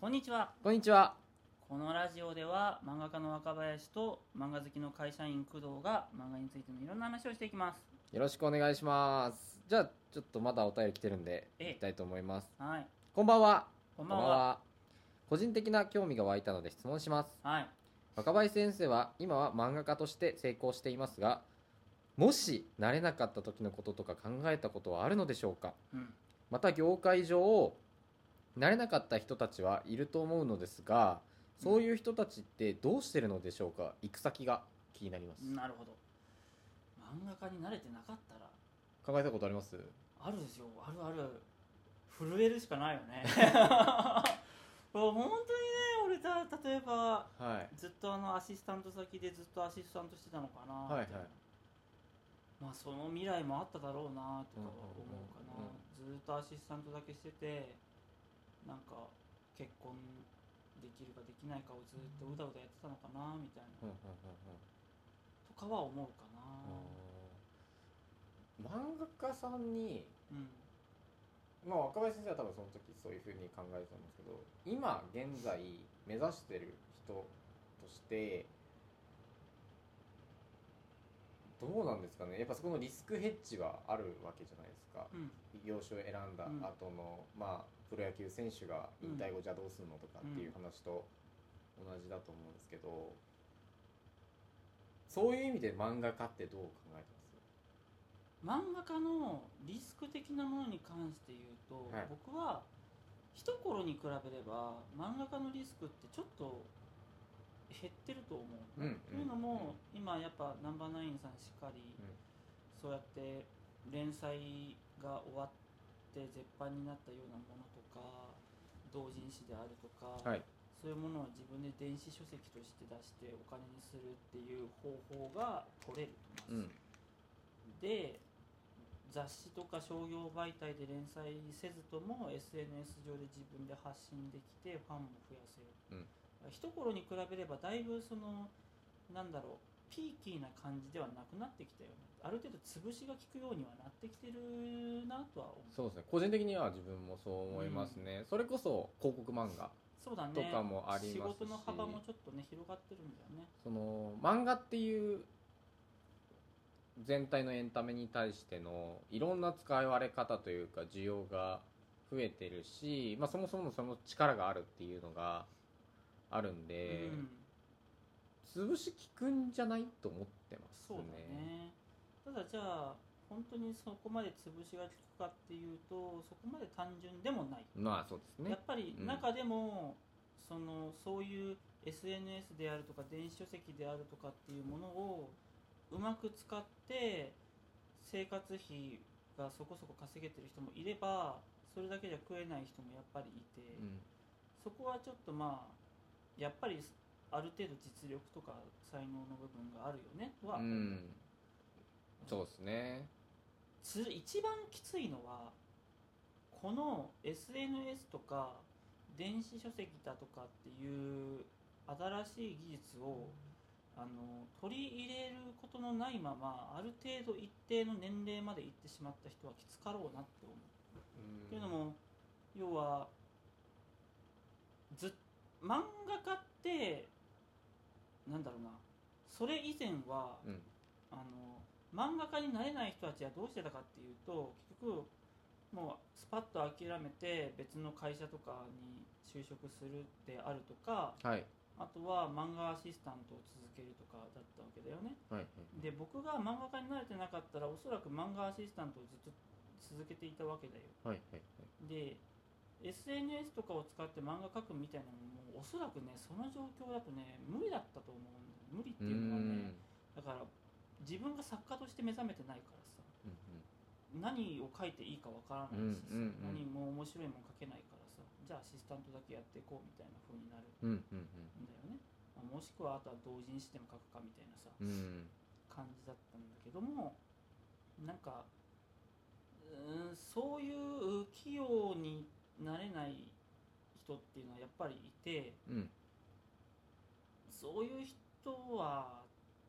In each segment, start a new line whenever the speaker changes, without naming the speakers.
こんにちは
こんにちは。
このラジオでは漫画家の若林と漫画好きの会社員工藤が漫画についてのいろんな話をしていきます
よろしくお願いします。じゃあ、ちょっとまだお便り来てるんで、
ええ
いきたいと思います。
はい
こんばんは。
こんばんは
個人的な興味が湧いたので質問します。
はい
若林先生は今は漫画家として成功していますが、もしなれなかった時のこととか考えたことはあるのでしょうか
うん
また業界上、なれなかった人たちはいると思うのですが、そういう人たちってどうしてるのでしょうか行く先が気になります。
なるほど漫画家に慣れてなかったら
考えたことあります
あるですよあるある震えるしかないよ ねもう本当にね俺た例えば
はい。
ずっとあのアシスタント先でずっとアシスタントしてたのかな
はいはい
みたなまあその未来もあっただろうなとかは思うかな、
うんうん
ずっとアシスタントだけしててなんか結婚できるかできないかをずっとうだうだやってたのかなみたい
うん
な、
うんうんうん
とかは思うかな
漫画家さんに、
うん
まあ、若林先生は多分その時そういうふうに考えてたんですけど今現在目指してる人としてどうなんですかねやっぱそこのリスクヘッジはあるわけじゃないですか
うん
業種を選んだ後の、まあプロ野球選手が引退後じゃあどうするのとかっていう話と同じだと思うんですけどそういう意味で漫画家ってどう考えてます
漫画家のリスク的なものに関して言うと、
はい
僕は一頃に比べれば漫画家のリスクってちょっと減ってると思う、
うん
というのも、今やっぱナンバーナインさんしっかり、
ん
そうやって連載が終わって絶版になったようなものとか同人誌であるとか、
はい
そういうものを自分で電子書籍として出してお金にするっていう方法が取れると
う
思いま
ん
す、で雑誌とか商業媒体で連載せずとも SNS 上で自分で発信できてファンも増やせる、一頃に比べればだいぶそのなんだろうピーキーな感じではなくなってきたよねある程度潰しが効くようにはなってきてるなとは思う
そうですね個人的には自分もそう思いますね、それこそ広告漫画
そうだね
とかもあります
仕事
し
の幅もちょっとね広がってるんだよね
その漫画っていう全体のエンタメに対してのいろんな使われ方というか需要が増えてるし、まあ、そもそもその力があるっていうのがあるんで、
うん
潰し効くんじゃないと思ってます
そうだねただじゃあ本当にそこまで潰しが効くかっていうとそこまで単純でもない、
まあそうです
や
ね
っぱり
うん
中でも、そのそういう SNS であるとか電子書籍であるとかっていうものをうまく使って生活費がそこそこ稼げてる人もいればそれだけじゃ食えない人もやっぱりいて、
うん
そこはちょっとまあやっぱりある程度実力とか才能の部分があるよねとは
う
思う、
んそうですね
つ一番きついのはこの SNS とか電子書籍だとかっていう新しい技術をあの取り入れることのないままある程度一定の年齢までいってしまった人はきつかろうなって思う。っていうのも要はずっ漫画家ってなんだろうなそれ以前は
うん
あの漫画家になれない人たちはどうしてたかっていうと結局もうスパッと諦めて別の会社とかに就職するであるとか
はい
あとは漫画アシスタントを続けるとかだったわけだよね
はいはい
で僕が漫画家になれてなかったらおそらく漫画アシスタントをずっと続けていたわけだよ
はいはい
で SNS とかを使って漫画描くみたいなのもおそらくねその状況だとね無理だったと思うんだよ無理って
う
い
ん
う
う
のはね
ん
だから自分が作家として目覚めてないからさ何を書いていいかわからないしさ、
うんうんうん
何も面白いもん書けないからさじゃあアシスタントだけやっていこうみたいな風になるん
うんうんうん
だよね、まあもしくはあとは同人誌でも書くかみたいなさ
うん
感じだったんだけどもなんかうーんそういう器用になれない人っていうのはやっぱりいて
うん
そういう人は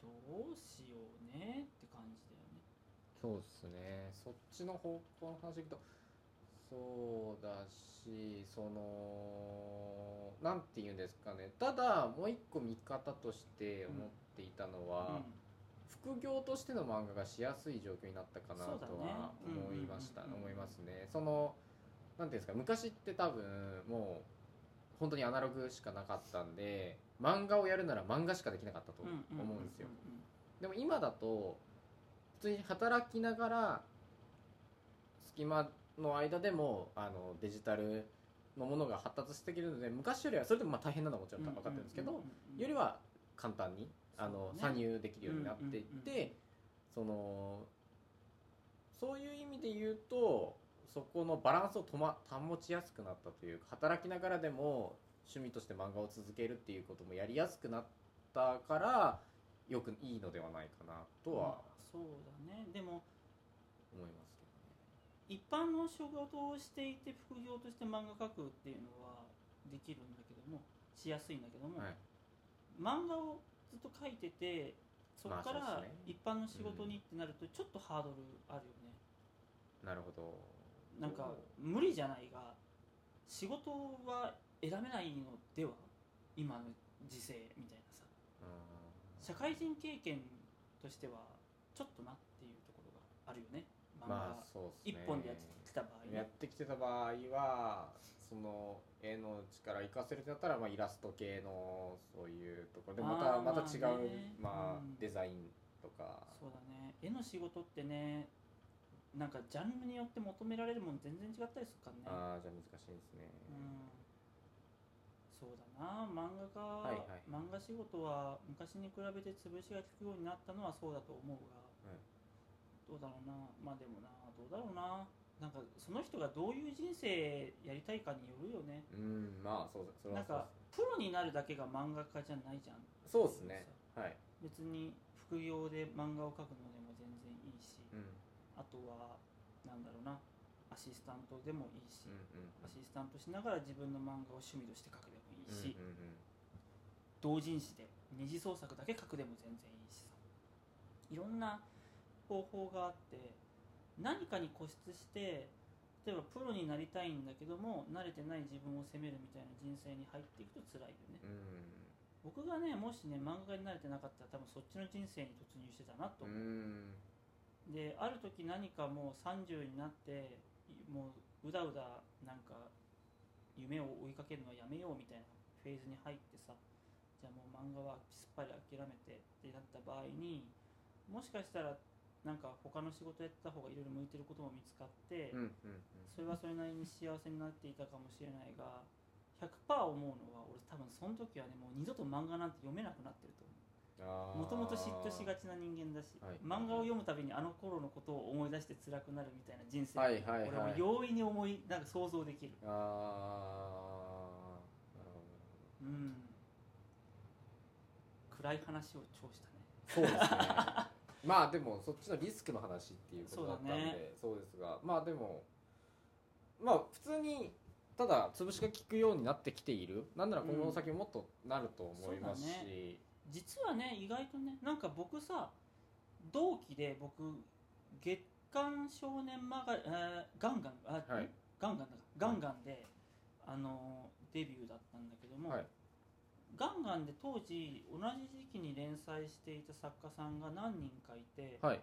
どうしようねって感じだよね。
そうですねそっちの方向の話でいくとそうだしそのなんて言うんですかねただもう一個見方として思っていたのは、副業としての漫画がしやすい状況になったかなと
そうだね
は思いました、
うんうんうんうん
思いますねそのなんていうんですか昔って多分もう本当にアナログしかなかったんで漫画をやるなら漫画しかできなかったと思うんですよ、でも今だと普通に働きながら隙間の間でもあのデジタルのものが発達してきてるので昔よりはそれでもまあ大変なのはもちろん分かってるんですけど、よりは簡単にあの、
そうね
参入できるようになっていって、
うんうんうん
そのそういう意味で言うとそこのバランスをと、ま、保ちやすくなったというか働きながらでも趣味として漫画を続けるっていうこともやりやすくなったからよくいいのではないかなとは
そうだねでも
思いますけどね。
一般の仕事をしていて副業として漫画描くっていうのはできるんだけどもしやすいんだけども、
はい
漫画をずっと描いててそこか
まあそう
ら
ですね
一般の仕事にってなるとちょっとハードルあるよね、
なるほど
なんか無理じゃないが仕事は選べないのでは今の時勢みたいなさ
うん
社会人経験としてはちょっとなっていうところがあるよね漫
ま
画
あそうで
一
すね
本でやってきた場合
やっ
ね
てきてた場合はその絵の力を生かせるってなったら、まあ、イラスト系のそういうところでま
あ
た
ー
また違う、
まあ
まあ
ねうん
デザインとか
そうだね絵の仕事ってねなんかジャンルによって求められるもん全然違ったりするからね
ああじゃあ難しいですね、
うんそうだな漫画が、
はいはい
漫画仕事は昔に比べて潰しが効くようになったのはそうだと思うが、
うん
どうだろうなまあでもなどうだろうななんかその人がどういう人生やりたいかによるよね
うんまあそうだそれ
な
は
んかプロになるだけが漫画家じゃないじゃん
そうですねはい、
別に副業で漫画を描くのでも全然いいし、
うんうん
あとはなんだろうなアシスタントでもいいし、
うん
アシスタントしながら自分の漫画を趣味として描くでもいいし、
うんうんうん
同人誌で二次創作だけ書くでも全然いいしさいろんな方法があって何かに固執して例えばプロになりたいんだけども慣れてない自分を責めるみたいな人生に入っていくと辛いよね僕がねもしね漫画家に慣れてなかったら多分そっちの人生に突入してたなと
うんう
思う、
ん
である時何かもう30になってもううだうだなんか夢を追いかけるのはやめようみたいなフェーズに入ってさじゃあもう漫画はすっぱり諦めてってなった場合にもしかしたらなんか他の仕事やった方がいろいろ向いてることも見つかって、
うんうん
それはそれなりに幸せになっていたかもしれないが100%思うのは俺多分その時はねもう二度と漫画なんて読めなくなってると思う。もともと嫉妬しが
ち
ちな人間だし、
はい
漫画を読むたびにあの頃のことを思い出して辛くなるみたいな人生、
はいはいはい
俺は容易に思いなんか想像できる
ああなるほ
う
ど
ん暗い話を超したね
そう ですねまあでもそっちのリスクの話っていうことだったんで
そ
そうう,、
だね
ですがまあでもまあ普通にただ潰しが効くようになってきているなんなら今後の先もっとなると思いますし、
うんそうだ実はね意外とねなんか僕さ同期で僕月刊少年マガ、えーガンガンあ、
はい
んガンガンだガンガンで、あのーデビューだったんだけども、
はい
ガンガンで当時同じ時期に連載していた作家さんが何人かいて、
はい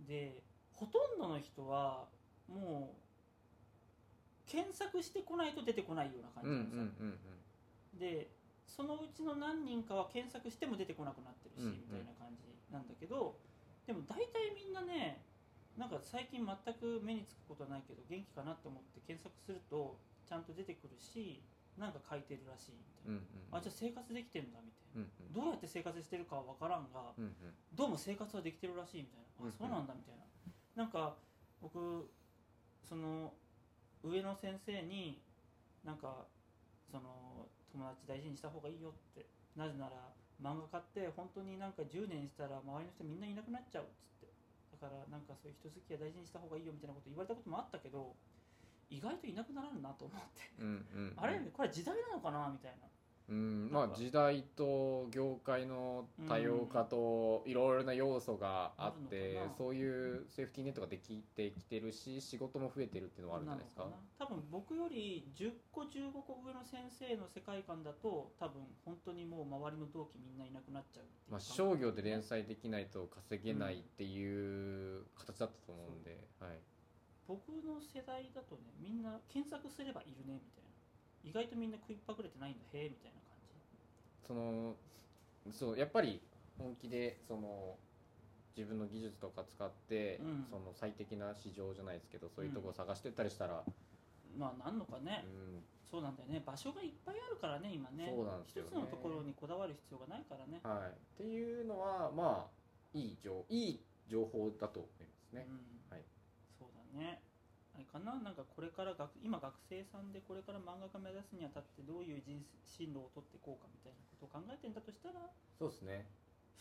でほとんどの人はもう検索してこないと出てこないような
うんうん
感じ
うん
の
うん
さ、でそのうちの何人かは検索しても出てこなくなってるし、
うんうん
みたいな感じなんだけどでも大体みんなねなんか最近全く目につくことはないけど元気かなと思って検索するとちゃんと出てくるしなんか書いてるらしいみた
う
い
んうん
な、あじゃあ生活できてんだみたい
うんうん
な、どうやって生活してるかは分からんが
うんうん
どうも生活はできてるらしいみたいな、
うん
あそうなんだみたいななんか僕その上の先生になんかその友達大事にした方がいいよってなぜなら漫画家って本当になんか10年したら周りの人みんないなくなっちゃうっつってだからなんかそういう人好きは大事にした方がいいよみたいなこと言われたこともあったけど意外といなくならんなと思って
うんうんうん
あれこれ時代なのかなみたいな
うんま
なん
あ、
か
時代と業界の多様化といろいろな要素があって、
あるのかな
そういうセーフティーネットができてきてるし仕事も増えてるっていうのはあるんじゃないですか
のな多分僕より10個15個上の先生の世界観だと多分本当にもう周りの同期みんないなくなっちゃうっていう
まあ、
感じ
商業で連載できないと稼げないっていう形だったと思うんで、はい、
僕の世代だとねみんな検索すればいるねみたいな意外とみんな食いっぱぐれてないんだへえみたいな感じ
そのそうやっぱり本気でその自分の技術とか使って、
うん
その最適な市場じゃないですけどそういうとこ探してったりしたら、
まあなんのかね、
うん
そうなんだよね場所がいっぱいあるからね今ね
そうなんですよね
一つのところにこだわる必要がないからね
はい、っていうのはまあいい情いい情報だと思いますね
う。ん
はい
そうだねあれかななんかこれから学今学生さんでこれから漫画家目指すにあたってどういう人生進路を取っていこうかみたいなことを考えてんだとしたら
そうですね。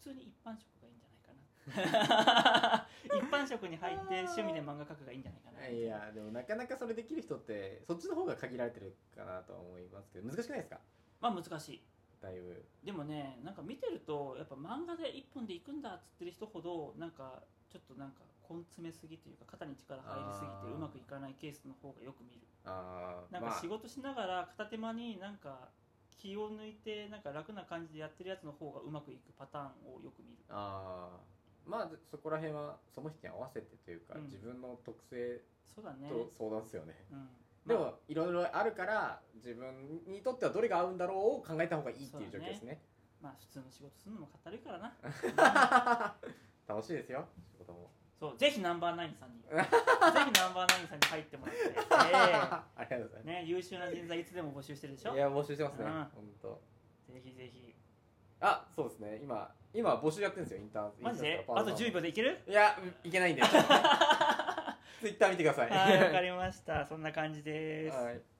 普通に一般職がいいんじゃ ないかな一般職に入って趣味で漫画描くがいいんじゃないかない
やでもなかなかそれできる人ってそっちの方が限られてるかなとは思いますけど難しくないですか？
まあ難しい
だいぶ。
でもねなんか見てるとやっぱ漫画で一本で行くんだっつってる人ほどなんかちょっとなんか根詰めすぎというか肩に力入りすぎ
あ
て
ー
うまくいかないケースの方がよく見る
ああ
なんか仕事しながら片手間になんか気を抜いてなんか楽な感じでやってるやつの方がうまくいくパターンをよく見る
まああーまあそこら辺はその人に合わせてというか、
うん
自分の特性
そうだね
と相談ですよね。
うん
で
まあ
もいろいろあるから自分にとってはどれが合うんだろうを考えた方がいいっていう状況ですね。
まあ普通の仕事するのもかったるいからな
楽しいですよ仕事も。
そうぜひナンバーナインさんにぜひナンバーナインさんに入ってもらって、
ありがとうございます
ええ。ね、優秀な人材いつでも募集してるでしょ
いや募集してますね、
うん
本当
ぜひぜひ
あそうですね今今募集やってるんですよインターン
マジ
イン
で
ターン
あ
パー
と
トナー
10秒でいける
いやうん いけないんでちょっとねツイッター見てください
はいわかりましたそんな感じです
はい